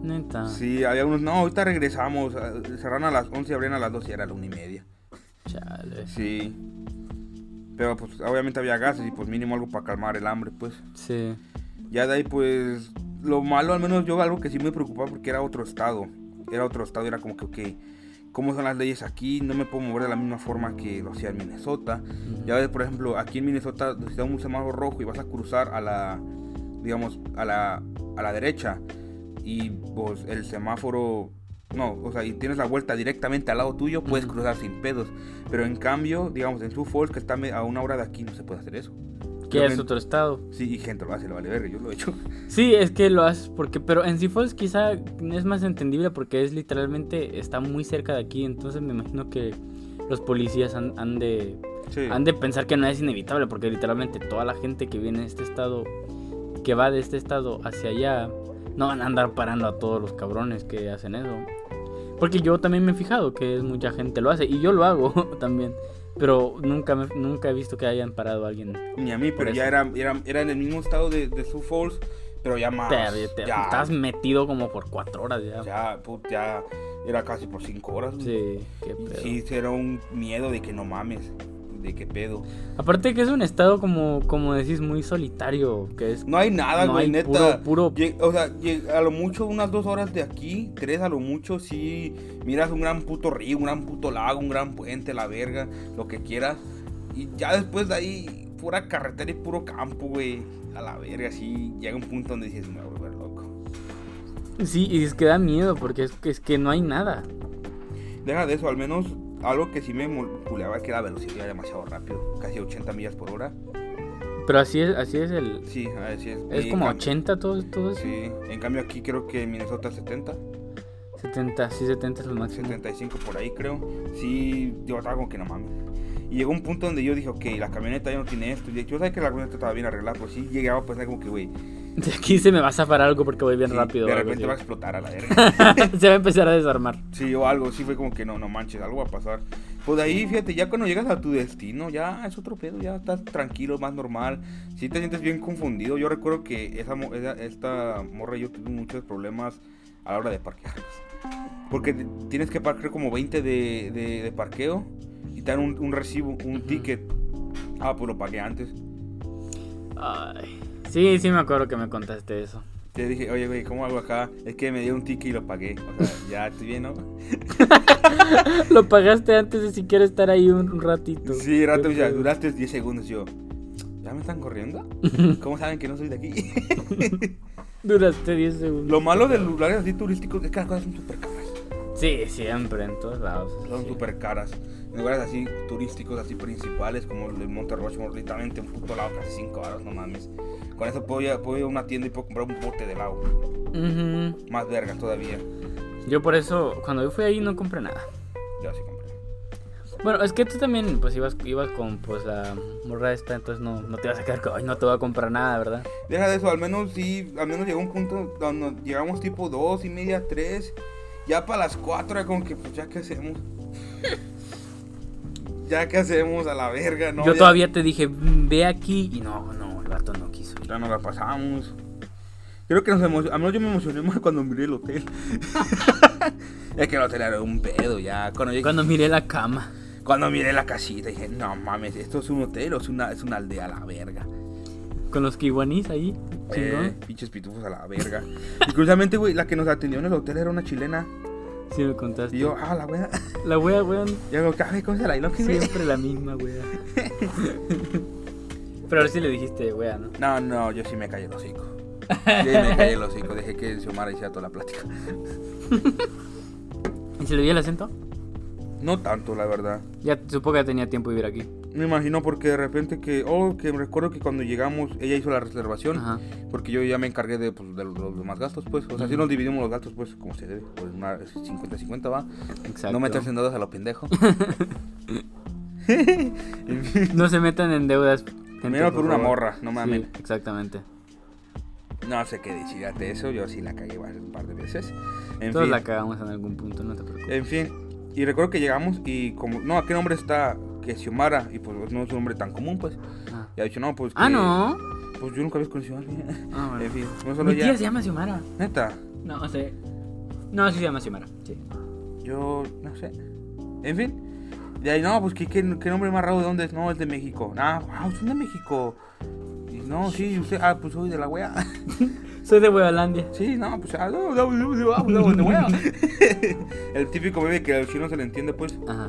Speaker 1: Neta.
Speaker 2: Sí, había unos, no, ahorita regresamos, ah, cerraron a las 11 y abrían a las 12 y era la una y media.
Speaker 1: Chale.
Speaker 2: Sí. Pero pues obviamente había gases y pues mínimo algo para calmar el hambre, pues.
Speaker 1: Sí.
Speaker 2: Ya de ahí pues lo malo, al menos yo algo que sí me preocupaba porque era otro estado. Era otro estado, era como que, ok, cómo son las leyes aquí, no me puedo mover de la misma forma que lo hacía en Minnesota. Ya ves, por ejemplo, aquí en Minnesota, si da un semáforo rojo y vas a cruzar a la, digamos, a la, a la derecha y pues, el semáforo, no, o sea, y tienes la vuelta directamente al lado tuyo, puedes cruzar sin pedos. Pero en cambio, digamos, en Sioux Falls, que está a una hora de aquí, no se puede hacer eso.
Speaker 1: Que
Speaker 2: Yo
Speaker 1: es
Speaker 2: me-
Speaker 1: otro estado.
Speaker 2: Sí, y gente lo hace, lo vale verga, yo lo he hecho.
Speaker 1: Sí, es que lo haces porque, pero en Sea Falls quizá es más entendible porque es literalmente, está muy cerca de aquí, entonces me imagino que los policías han, han de,
Speaker 2: Sí.
Speaker 1: han de pensar que no es inevitable porque literalmente toda la gente que viene de este estado, que va de este estado hacia allá, no van a andar parando a todos los cabrones que hacen eso. Porque yo también me he fijado que es mucha gente lo hace y yo lo hago <laughs> también, pero nunca, me- nunca he visto que hayan parado a alguien.
Speaker 2: Ni a mí, pero
Speaker 1: Por
Speaker 2: ya
Speaker 1: eso.
Speaker 2: era, era, era en el mismo estado de, de Sioux Falls, pero ya más.
Speaker 1: Te- te-
Speaker 2: Ah, ya,
Speaker 1: Estás metido como por cuatro horas ya.
Speaker 2: ya, put, ya era casi por cinco horas.
Speaker 1: Sí, qué
Speaker 2: Y
Speaker 1: pedo.
Speaker 2: Sí, era un miedo de que no mames, de qué pedo.
Speaker 1: Aparte que es un estado como, como decís, muy solitario, que es...
Speaker 2: No hay nada,
Speaker 1: No
Speaker 2: güey,
Speaker 1: hay
Speaker 2: neta.
Speaker 1: puro- puro-
Speaker 2: Lleg- o sea, lleg- a lo mucho unas dos horas de aquí, tres a lo mucho, sí. Miras un gran puto río, un gran puto lago, un gran puente, la verga, lo que quieras. Y ya después de ahí, pura carretera y puro campo, güey. A la verga, sí. Llega un punto donde dices, me voy a volver loco.
Speaker 1: Sí, y es que da miedo porque es que, es que no hay nada.
Speaker 2: Deja de eso, al menos algo que sí me mol- culeaba es que la velocidad era demasiado rápido, casi 80 millas por hora.
Speaker 1: Pero así es, así es el...
Speaker 2: Sí, así es.
Speaker 1: Es
Speaker 2: Y
Speaker 1: como
Speaker 2: en cam-
Speaker 1: 80 todo, todo eso.
Speaker 2: Sí, en cambio aquí creo que en Minnesota 70.
Speaker 1: 70, sí, 70 es lo máximo.
Speaker 2: 75 por ahí creo. Sí, yo estaba como que no mames. Y llegó un punto donde yo dije, ok, la camioneta ya no tiene esto. Y yo sabía que la camioneta estaba bien arreglada, pues sí, llegaba a pensar como que, güey,
Speaker 1: <laughs> De aquí se me va a zafar algo porque voy bien
Speaker 2: sí,
Speaker 1: rápido.
Speaker 2: de
Speaker 1: o algo
Speaker 2: repente va a
Speaker 1: así.
Speaker 2: explotar a la verga.
Speaker 1: <laughs> se va a empezar a desarmar.
Speaker 2: sí, o algo, sí fue como que no, no manches, algo va a pasar. Pues de ahí, fíjate, ya cuando llegas a tu destino, ya es otro pedo, ya estás tranquilo, más normal. Sí te sientes bien confundido. Yo recuerdo que esa, mo- esa- esta morra y yo tuvimos muchos problemas a la hora de parquear. Porque te- tienes que parquear como 20 de, de- de parqueo y te dan un, un recibo, un
Speaker 1: Ujú.
Speaker 2: ticket. Ah, pues lo pagué antes.
Speaker 1: Ay. Sí, sí me acuerdo que me contaste eso. <laughs>
Speaker 2: Te dije, oye, güey, ¿cómo hago acá? Es que me dio un ticket y lo pagué. O sea, ya estoy bien, ¿no?
Speaker 1: Lo pagaste antes de siquiera estar ahí un, un ratito.
Speaker 2: Sí, rato,
Speaker 1: Qué
Speaker 2: ya,
Speaker 1: pedo.
Speaker 2: duraste 10 segundos. Yo, ¿ya me están corriendo? ¿Cómo saben que no soy de aquí? <laughs>
Speaker 1: Duraste 10 segundos.
Speaker 2: Lo malo de los lugares así turísticos es que las cosas son súper caras.
Speaker 1: Sí, siempre, en todos lados.
Speaker 2: Son
Speaker 1: sí.
Speaker 2: súper caras. En lugares así turísticos, así principales, como el Monte Rushmore, literalmente un puto lado casi 5 baros, no mames. Con eso puedo ir, puedo ir a una tienda y puedo comprar un bote de helado.
Speaker 1: Ujú.
Speaker 2: Más vergas todavía.
Speaker 1: Yo por eso, cuando yo fui ahí no compré nada.
Speaker 2: Ya sí compré.
Speaker 1: Bueno, es que tú también, pues ibas, ibas con pues la morra esta, entonces no, no te vas a quedar con, ay, no te voy a comprar nada, ¿verdad?
Speaker 2: Deja de eso, al menos sí, al menos llegó un punto donde llegamos tipo 2 y media, 3. Ya para las 4 era como que, pues ya qué hacemos. <laughs> ya qué hacemos a la verga, ¿no?
Speaker 1: yo
Speaker 2: Ya-
Speaker 1: todavía te dije, "Mm, ve aquí, y no, no, el vato no quiso ir.
Speaker 2: Ya nos la pasamos. Creo que nos emocionamos. Al menos yo me emocioné más cuando miré el hotel. <laughs> es que el hotel era un pedo ya. Cuando, llegué-
Speaker 1: Cuando miré la cama,
Speaker 2: cuando miré la casita dije, no mames, ¿esto es un hotel o es una, es una aldea a la verga?
Speaker 1: con los kiwanis ahí, chingón.
Speaker 2: Eh, pinches pitufos a la verga. <laughs> y curiosamente, güey, la que nos atendió en el hotel era una chilena.
Speaker 1: Sí me contaste.
Speaker 2: Y yo, ah, la wea. <laughs>
Speaker 1: La wea, weón,
Speaker 2: Yo digo, "Ay, ¿cómo se la hilo que me-?"
Speaker 1: siempre la misma
Speaker 2: <laughs>
Speaker 1: wea. Pero ahora sí le dijiste, wea, ¿no?
Speaker 2: No, no, yo sí me callé el <laughs> hocico. Yo sí me callé el hocico, dejé que Xiomara hiciera toda la plática.
Speaker 1: ¿Y se le dio el acento?
Speaker 2: No tanto, la verdad.
Speaker 1: Ya supongo que ya tenía tiempo de vivir aquí.
Speaker 2: Me imagino porque de repente que, oh, que recuerdo que cuando llegamos ella hizo la reservación,
Speaker 1: Ajá.
Speaker 2: porque yo ya me encargué de, pues, de los, los demás gastos, pues, o sea, si nos dividimos los gastos, pues, como se debe, pues, una 50-50 va,
Speaker 1: Exacto.
Speaker 2: no metas en deudas a lo <laughs> pendejo.
Speaker 1: No se metan en deudas. gente,
Speaker 2: Menos por una
Speaker 1: favor.
Speaker 2: morra, no mames.
Speaker 1: Sí, exactamente.
Speaker 2: No sé qué decir ante eso, yo sí la cagué varias- un par de veces. En
Speaker 1: Todos
Speaker 2: fin,
Speaker 1: la cagamos en algún punto, no te preocupes.
Speaker 2: en fin, y recuerdo que llegamos y como, no, ¿a qué nombre está? Que Xiomara, y pues no es un nombre tan común, pues,
Speaker 1: Ah,
Speaker 2: y ha dicho, no, pues,
Speaker 1: Ah,
Speaker 2: que-
Speaker 1: no.
Speaker 2: Pues yo nunca había conocido a alguien.
Speaker 1: Ah, bueno.
Speaker 2: En fin, no solo
Speaker 1: Mi
Speaker 2: ya.
Speaker 1: tía se llama Xiomara.
Speaker 2: Neta.
Speaker 1: No, o sea. No, sí se llama Xiomara. Sí.
Speaker 2: Yo no sé. En fin. De ahí, no, pues ¿qué, qué, qué nombre más raro de dónde es. No, es de México. Ah, wow, son de México. Y no, sí, usted, ah, pues soy de la wea.
Speaker 1: Soy de Huevalandia.
Speaker 2: Sí, no, pues. ah, no, no, no, no, no, no, no. El típico meme que al chino se le entiende, pues.
Speaker 1: Ajá.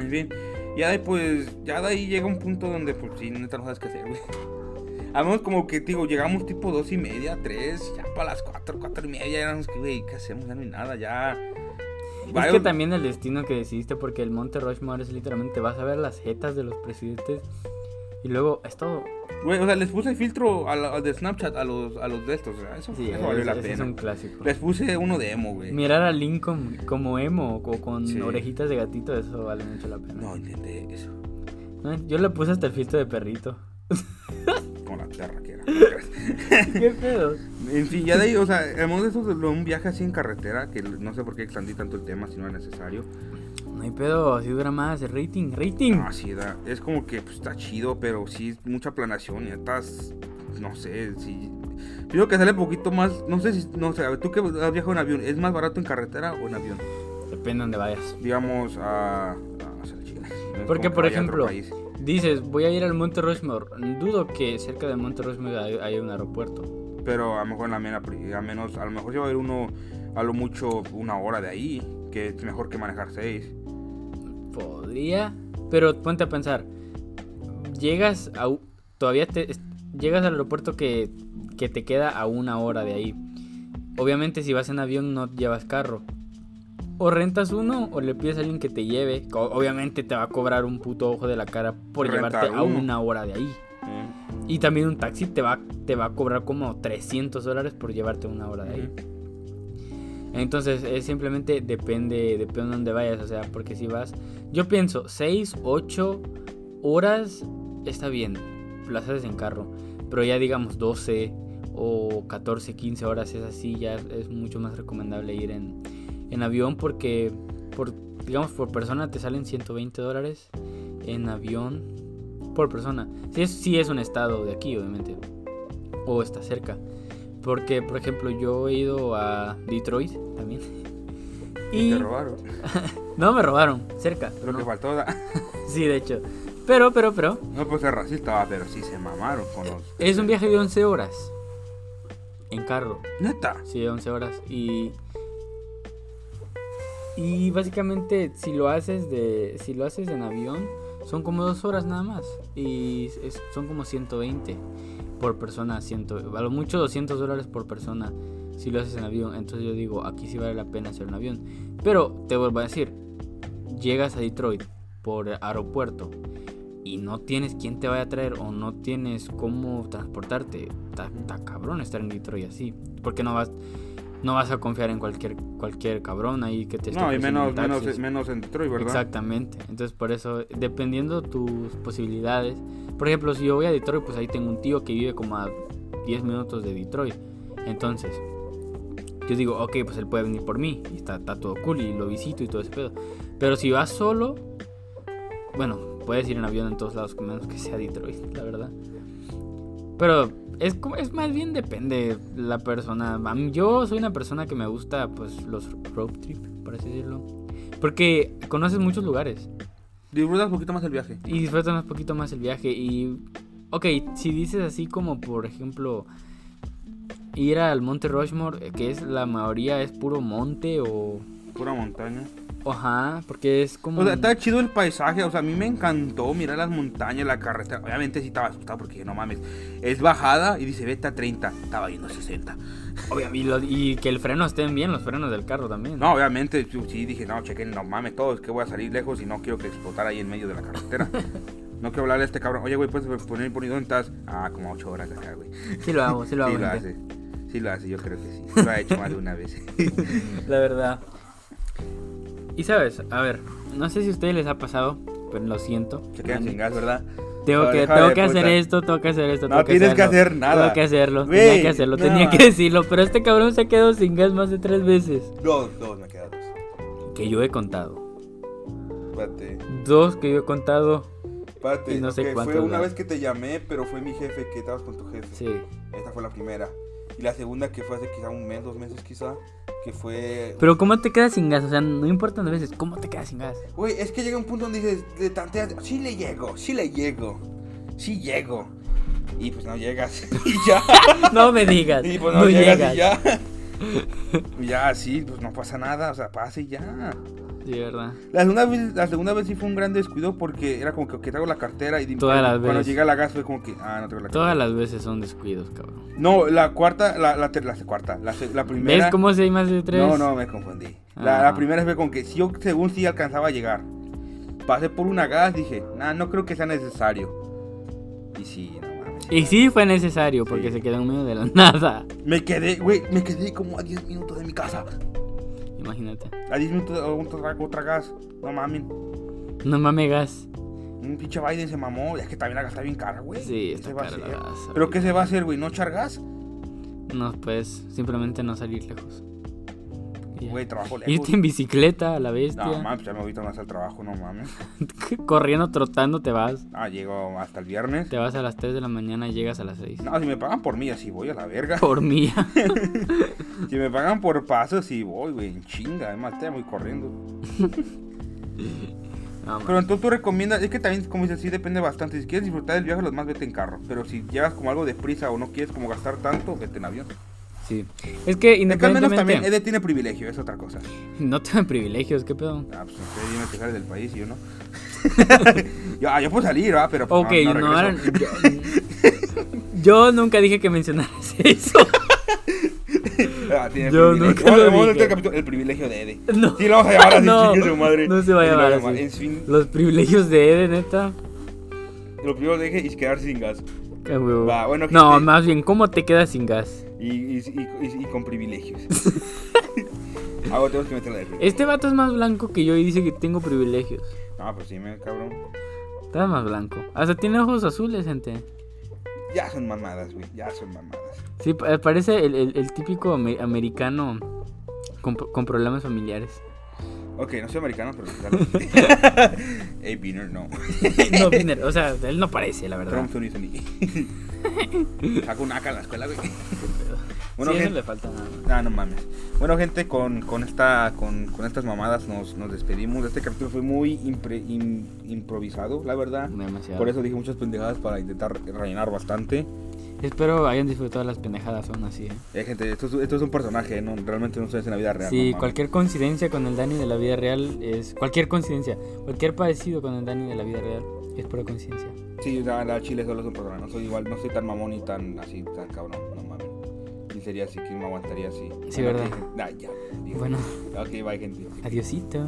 Speaker 2: En fin, ya de, pues, ya de ahí llega un punto donde, pues, sí, neta, no sabes qué hacer, güey. <laughs> A menos como que, te digo, llegamos tipo dos y media, tres, ya para las cuatro, cuatro y media, ya éramos que, güey, ¿qué hacemos? Ya no hay nada, ya.
Speaker 1: Es que
Speaker 2: Vaya-
Speaker 1: también el destino que decidiste, porque el Monte Rushmore es literalmente, vas a ver las jetas de los presidentes y luego es todo.
Speaker 2: Güey, o sea, les puse filtro a la- al de Snapchat a los, a los de estos, o sea, eso,
Speaker 1: Sí,
Speaker 2: eso valió
Speaker 1: es,
Speaker 2: la
Speaker 1: ese
Speaker 2: pena. Pues,
Speaker 1: es un clásico.
Speaker 2: Les puse uno de emo, güey.
Speaker 1: Mirar a Lincoln como emo o con
Speaker 2: Sí.
Speaker 1: orejitas de gatito, eso vale mucho la pena.
Speaker 2: No, intenté eso.
Speaker 1: No, Yo le puse hasta el filtro de
Speaker 2: <laughs>
Speaker 1: perrito.
Speaker 2: Con la perra que era. <laughs>
Speaker 1: ¿Qué pedo?
Speaker 2: en fin, ya de ahí, o sea, hemos de eso, de un viaje así en carretera, que no sé por qué expandí tanto el tema si no era necesario.
Speaker 1: No hay pedo, así dura más. Rating, rating.
Speaker 2: No, sí, da- es como que pues, está chido, pero sí, es mucha planación y estás, no sé, sí. Yo creo que sale poquito más, no sé si, no sé, a ver, tú que has viajado en avión, ¿es más barato en carretera o en avión?
Speaker 1: Depende de donde vayas.
Speaker 2: Digamos, a... a- o sea, Chile. No es
Speaker 1: Porque,
Speaker 2: como que
Speaker 1: por
Speaker 2: vaya a
Speaker 1: ejemplo,
Speaker 2: otro país.
Speaker 1: Dices, voy a ir al Monte Rushmore. Dudo que cerca del Monte Rushmore hay, haya un aeropuerto.
Speaker 2: Pero a lo mejor en la mena, pri- a menos, a lo mejor se va a haber uno, a lo mucho una hora de ahí, que es mejor que manejar seis.
Speaker 1: Podría, pero ponte a pensar. Llegas a. u- Todavía te. es- Llegas al aeropuerto que, que te queda a una hora de ahí. Obviamente, si vas en avión, no llevas carro. O rentas uno o le pides a alguien que te lleve. Co- Obviamente, te va a cobrar un puto ojo de la cara por
Speaker 2: Rentar
Speaker 1: llevarte a
Speaker 2: uno.
Speaker 1: una hora de ahí. Y también un taxi te va, te va a cobrar como 300 dólares por llevarte una hora de ahí. Entonces, es simplemente depende, depende de dónde vayas. O sea, porque si vas, yo pienso, 6, 8 horas está bien, las haces en carro. Pero ya digamos 12 o 14, 15 horas es así, ya es mucho más recomendable ir en, en avión porque, por, digamos, por persona te salen 120 dólares en avión por persona. Si es, si es un estado de aquí, obviamente. O está cerca. Porque, por ejemplo, yo he ido a Detroit también.
Speaker 2: Y
Speaker 1: Y
Speaker 2: te robaron.
Speaker 1: no me robaron, cerca.
Speaker 2: Creo que
Speaker 1: ¿no?
Speaker 2: faltó. da- <laughs>
Speaker 1: Sí, de hecho. Pero, pero, pero.
Speaker 2: No pues ser racista, ah, pero sí se mamaron con los.
Speaker 1: Es un viaje de 11 horas. En carro.
Speaker 2: Neta.
Speaker 1: Sí, 11 horas. Y. Y básicamente, si lo haces de. Si lo haces en avión, son como dos horas nada más. Y es- son como 120 por persona. 100, a lo mucho 200 dólares por persona. Si lo haces en avión. Entonces yo digo, aquí sí vale la pena hacer un avión. Pero te vuelvo a decir, llegas a Detroit por aeropuerto y no tienes quién te vaya a traer o no tienes cómo transportarte, está está cabrón estar en Detroit así. Porque no vas, no vas a confiar en cualquier, cualquier cabrón ahí que te esté
Speaker 2: No, y menos,
Speaker 1: ofreciendo
Speaker 2: menos,
Speaker 1: taxis.
Speaker 2: menos en Detroit, ¿verdad?
Speaker 1: Exactamente. Entonces, por eso, dependiendo tus posibilidades. Por ejemplo, si yo voy a Detroit, pues ahí tengo un tío que vive como a 10 minutos de Detroit. Entonces, yo digo, ok, pues él puede venir por mí. Y está, está todo cool y lo visito y todo ese pedo. Pero si vas solo, bueno, puedes ir en avión en todos lados, con menos que sea Detroit, <laughs> la verdad. Pero es, como- es más bien depende la persona. A mí- Yo soy una persona que me gusta pues los road trip, por así decirlo. Porque conoces muchos lugares
Speaker 2: Disfrutas un poquito más el viaje.
Speaker 1: y disfrutas un poquito más el viaje. Y, ok, si dices así como, por ejemplo, ir al Monte Rushmore, eh, que es la mayoría es puro monte o...
Speaker 2: Pura montaña.
Speaker 1: Ajá, porque es como...
Speaker 2: O sea, está chido el paisaje, o sea, a mí me encantó mirar las montañas, la carretera. Obviamente sí estaba asustado porque no mames. Es bajada y dice, vete a 30, estaba yendo a 60.
Speaker 1: Obvio, y, lo- y que el freno estén bien, los frenos del carro también.
Speaker 2: No, obviamente yo sí dije, no, chequen, no mames todos, que voy a salir lejos y no quiero que explotara ahí en medio de la <laughs> carretera. no quiero hablarle a este cabrón, oye, güey, puedes poner por ahí dónde estás. Ah, como 8 horas de acá, güey.
Speaker 1: Sí lo hago, sí lo hago.
Speaker 2: Sí lo
Speaker 1: gente.
Speaker 2: hace, sí lo hace, yo creo que sí. Lo ha hecho más de una vez. <laughs>
Speaker 1: La verdad. Y sabes, a ver, no sé si a ustedes les ha pasado, pero lo siento.
Speaker 2: Se quedan sin gas, ¿verdad?
Speaker 1: Tengo
Speaker 2: No,
Speaker 1: que,
Speaker 2: deja
Speaker 1: tengo
Speaker 2: de
Speaker 1: que hacer
Speaker 2: puta.
Speaker 1: esto, tengo que hacer esto.
Speaker 2: No
Speaker 1: tengo
Speaker 2: tienes que
Speaker 1: hacerlo.
Speaker 2: hacer nada.
Speaker 1: Tengo que hacerlo,
Speaker 2: Güey,
Speaker 1: tenía que hacerlo,
Speaker 2: no.
Speaker 1: tenía que decirlo. Pero este cabrón se quedó sin gas más de tres veces.
Speaker 2: Dos, dos, me quedan dos.
Speaker 1: Que yo he contado.
Speaker 2: Espérate,
Speaker 1: Dos que yo he contado.
Speaker 2: espérate.
Speaker 1: Y no sé que fue cuántos una gas. vez
Speaker 2: que te llamé, pero fue mi jefe que estabas con tu jefe.
Speaker 1: Sí.
Speaker 2: Esta fue la primera. Y la segunda que fue hace quizá un mes, dos meses quizá, que fue...
Speaker 1: Pero ¿cómo te quedas sin gas? O sea, no importa las veces, ¿cómo te quedas sin gas? <laughs>
Speaker 2: Güey, es que llega un punto donde dices, le tanteas, sí le llego, sí le llego, sí llego. y pues no llegas. <laughs> y ya.
Speaker 1: No me digas.
Speaker 2: <laughs> Y pues no,
Speaker 1: no llegas.
Speaker 2: llegas, y ya. <laughs> Y ya, sí, pues no pasa nada, o sea, pasa y ya.
Speaker 1: Sí, verdad.
Speaker 2: La segunda vez, la segunda vez sí fue un gran descuido porque era como que "Ok, traigo la cartera y di-
Speaker 1: Todas las
Speaker 2: cuando
Speaker 1: veces.
Speaker 2: llegué a la gas fue como que, ah, no traigo la cartera.
Speaker 1: Todas las veces son descuidos, cabrón.
Speaker 2: No, la cuarta, la, la, ter- la cuarta, la, se- la primera.
Speaker 1: ¿Ves cómo si hay más de tres?
Speaker 2: No, no, me confundí. La, la
Speaker 1: Ah.
Speaker 2: primera fue con que si yo, según sí alcanzaba a llegar, pasé por una gas, dije, nah, no creo que sea necesario. Y sí, no mames.
Speaker 1: Y sí fue necesario porque
Speaker 2: Sí.
Speaker 1: se quedó en medio de la <laughs> nada.
Speaker 2: Me quedé, güey, me quedé como a 10 minutos de mi casa.
Speaker 1: Imagínate.
Speaker 2: A 10 minutos de otra, otra gas. No mames.
Speaker 1: No mames gas.
Speaker 2: Un pinche Biden se mamó. Es que también la gas está bien cara, güey.
Speaker 1: Sí,
Speaker 2: ¿Qué
Speaker 1: está
Speaker 2: se va a
Speaker 1: cara la
Speaker 2: hacer?
Speaker 1: gas
Speaker 2: ¿Pero qué se va a hacer, güey? ¿No echar gas?
Speaker 1: No, pues simplemente no salir lejos. Y ya.
Speaker 2: Güey, trabajo lejos.
Speaker 1: Irte en bicicleta a la
Speaker 2: No,
Speaker 1: bestia.
Speaker 2: mames, ya me voy más al trabajo, no mames.
Speaker 1: <laughs> Corriendo, trotando te vas.
Speaker 2: Ah, llego hasta el viernes.
Speaker 1: Te vas a las 3 de la mañana y llegas a las 6.
Speaker 2: No, si me pagan por mí, así voy a la verga.
Speaker 1: <laughs> Por
Speaker 2: <laughs>
Speaker 1: mí.
Speaker 2: Si me pagan por paso, sí voy, güey, en chinga. Además, te voy corriendo.
Speaker 1: No,
Speaker 2: Pero entonces tú recomiendas, es que también, como dices, sí depende bastante. Si quieres disfrutar del viaje, los más vete en carro. Pero si llevas como algo de prisa o no quieres como gastar tanto, vete en avión.
Speaker 1: Sí. Es que
Speaker 2: Es que al menos también
Speaker 1: independientemente.
Speaker 2: Ede tiene privilegio, es otra cosa.
Speaker 1: No tengo privilegios, ¿qué pedo?
Speaker 2: Ah, pues usted viene que sale del país
Speaker 1: <laughs>
Speaker 2: y yo no. yo, ah, yo puedo salir, ¿ah? Pero pues,
Speaker 1: Ok,
Speaker 2: no,
Speaker 1: no,
Speaker 2: no <laughs>
Speaker 1: eran-
Speaker 2: regreso.
Speaker 1: yo, yo nunca dije que mencionaras <laughs> eso.
Speaker 2: Ah, tiene
Speaker 1: yo
Speaker 2: privilegio.
Speaker 1: nunca lo
Speaker 2: Vamos- vamos a hacer
Speaker 1: dije.
Speaker 2: el, capítulo, el privilegio de Ede.
Speaker 1: No.
Speaker 2: Sí, lo vamos a llamar así,
Speaker 1: <laughs> No,
Speaker 2: chingue su madre.
Speaker 1: no se va a
Speaker 2: Sí, lo
Speaker 1: llamar
Speaker 2: vamos
Speaker 1: así.
Speaker 2: En fin,
Speaker 1: Los privilegios de Ede, neta.
Speaker 2: lo primero que dije es quedarse sin gas.
Speaker 1: Qué huevo.
Speaker 2: Va, bueno, que
Speaker 1: no,
Speaker 2: te-
Speaker 1: más bien, ¿cómo te quedas sin gas?
Speaker 2: Y, y, y- y- y
Speaker 1: <laughs>
Speaker 2: con privilegios. Ahora tenemos que meterla de frío.
Speaker 1: Este vato es más blanco que yo y dice que tengo privilegios.
Speaker 2: No, pues sí, me cabrón.
Speaker 1: Está más blanco. Hasta tiene ojos azules, gente.
Speaker 2: Ya son mamadas, güey. Ya son mamadas.
Speaker 1: Sí, pa- eh, parece el, el- el típico ame- americano con, con problemas
Speaker 2: <laughs>
Speaker 1: familiares.
Speaker 2: Ok, no soy americano, pero
Speaker 1: <laughs>
Speaker 2: dale. Ey, Biner, no.
Speaker 1: No, Biner, o sea, él no parece, la verdad.
Speaker 2: Trump, Sony, Sony.
Speaker 1: <laughs>
Speaker 2: Saco un AK en la escuela, güey. Bueno,
Speaker 1: Bueno, sí, eso
Speaker 2: gen-
Speaker 1: le falta nada más.
Speaker 2: Ah, no mames. Bueno, gente, con, con, esta, con, con estas mamadas nos, nos despedimos. Este capítulo fue muy impre- im- improvisado, la verdad.
Speaker 1: Demasiado.
Speaker 2: Por eso dije muchas pendejadas para intentar rellenar bastante.
Speaker 1: Espero hayan disfrutado las pendejadas aún así. ¿eh?
Speaker 2: Eh, gente, esto es, esto es un personaje, no, realmente no sucede en la vida real. no
Speaker 1: Sí,
Speaker 2: mames.
Speaker 1: cualquier coincidencia con el Dani de la vida real es. Cualquier coincidencia, cualquier parecido con el Dani de la vida real es pura coincidencia.
Speaker 2: Sí, la, la chile solo es un personaje. No soy igual, no soy tan mamón y tan así, tan cabrón. No mames. Y sería así, que me aguantaría así.
Speaker 1: Sí,
Speaker 2: Bueno,
Speaker 1: ¿verdad? <laughs>
Speaker 2: ok, gente. Nah, ya.
Speaker 1: Bueno,
Speaker 2: Ok, bye, gente.
Speaker 1: adiosito.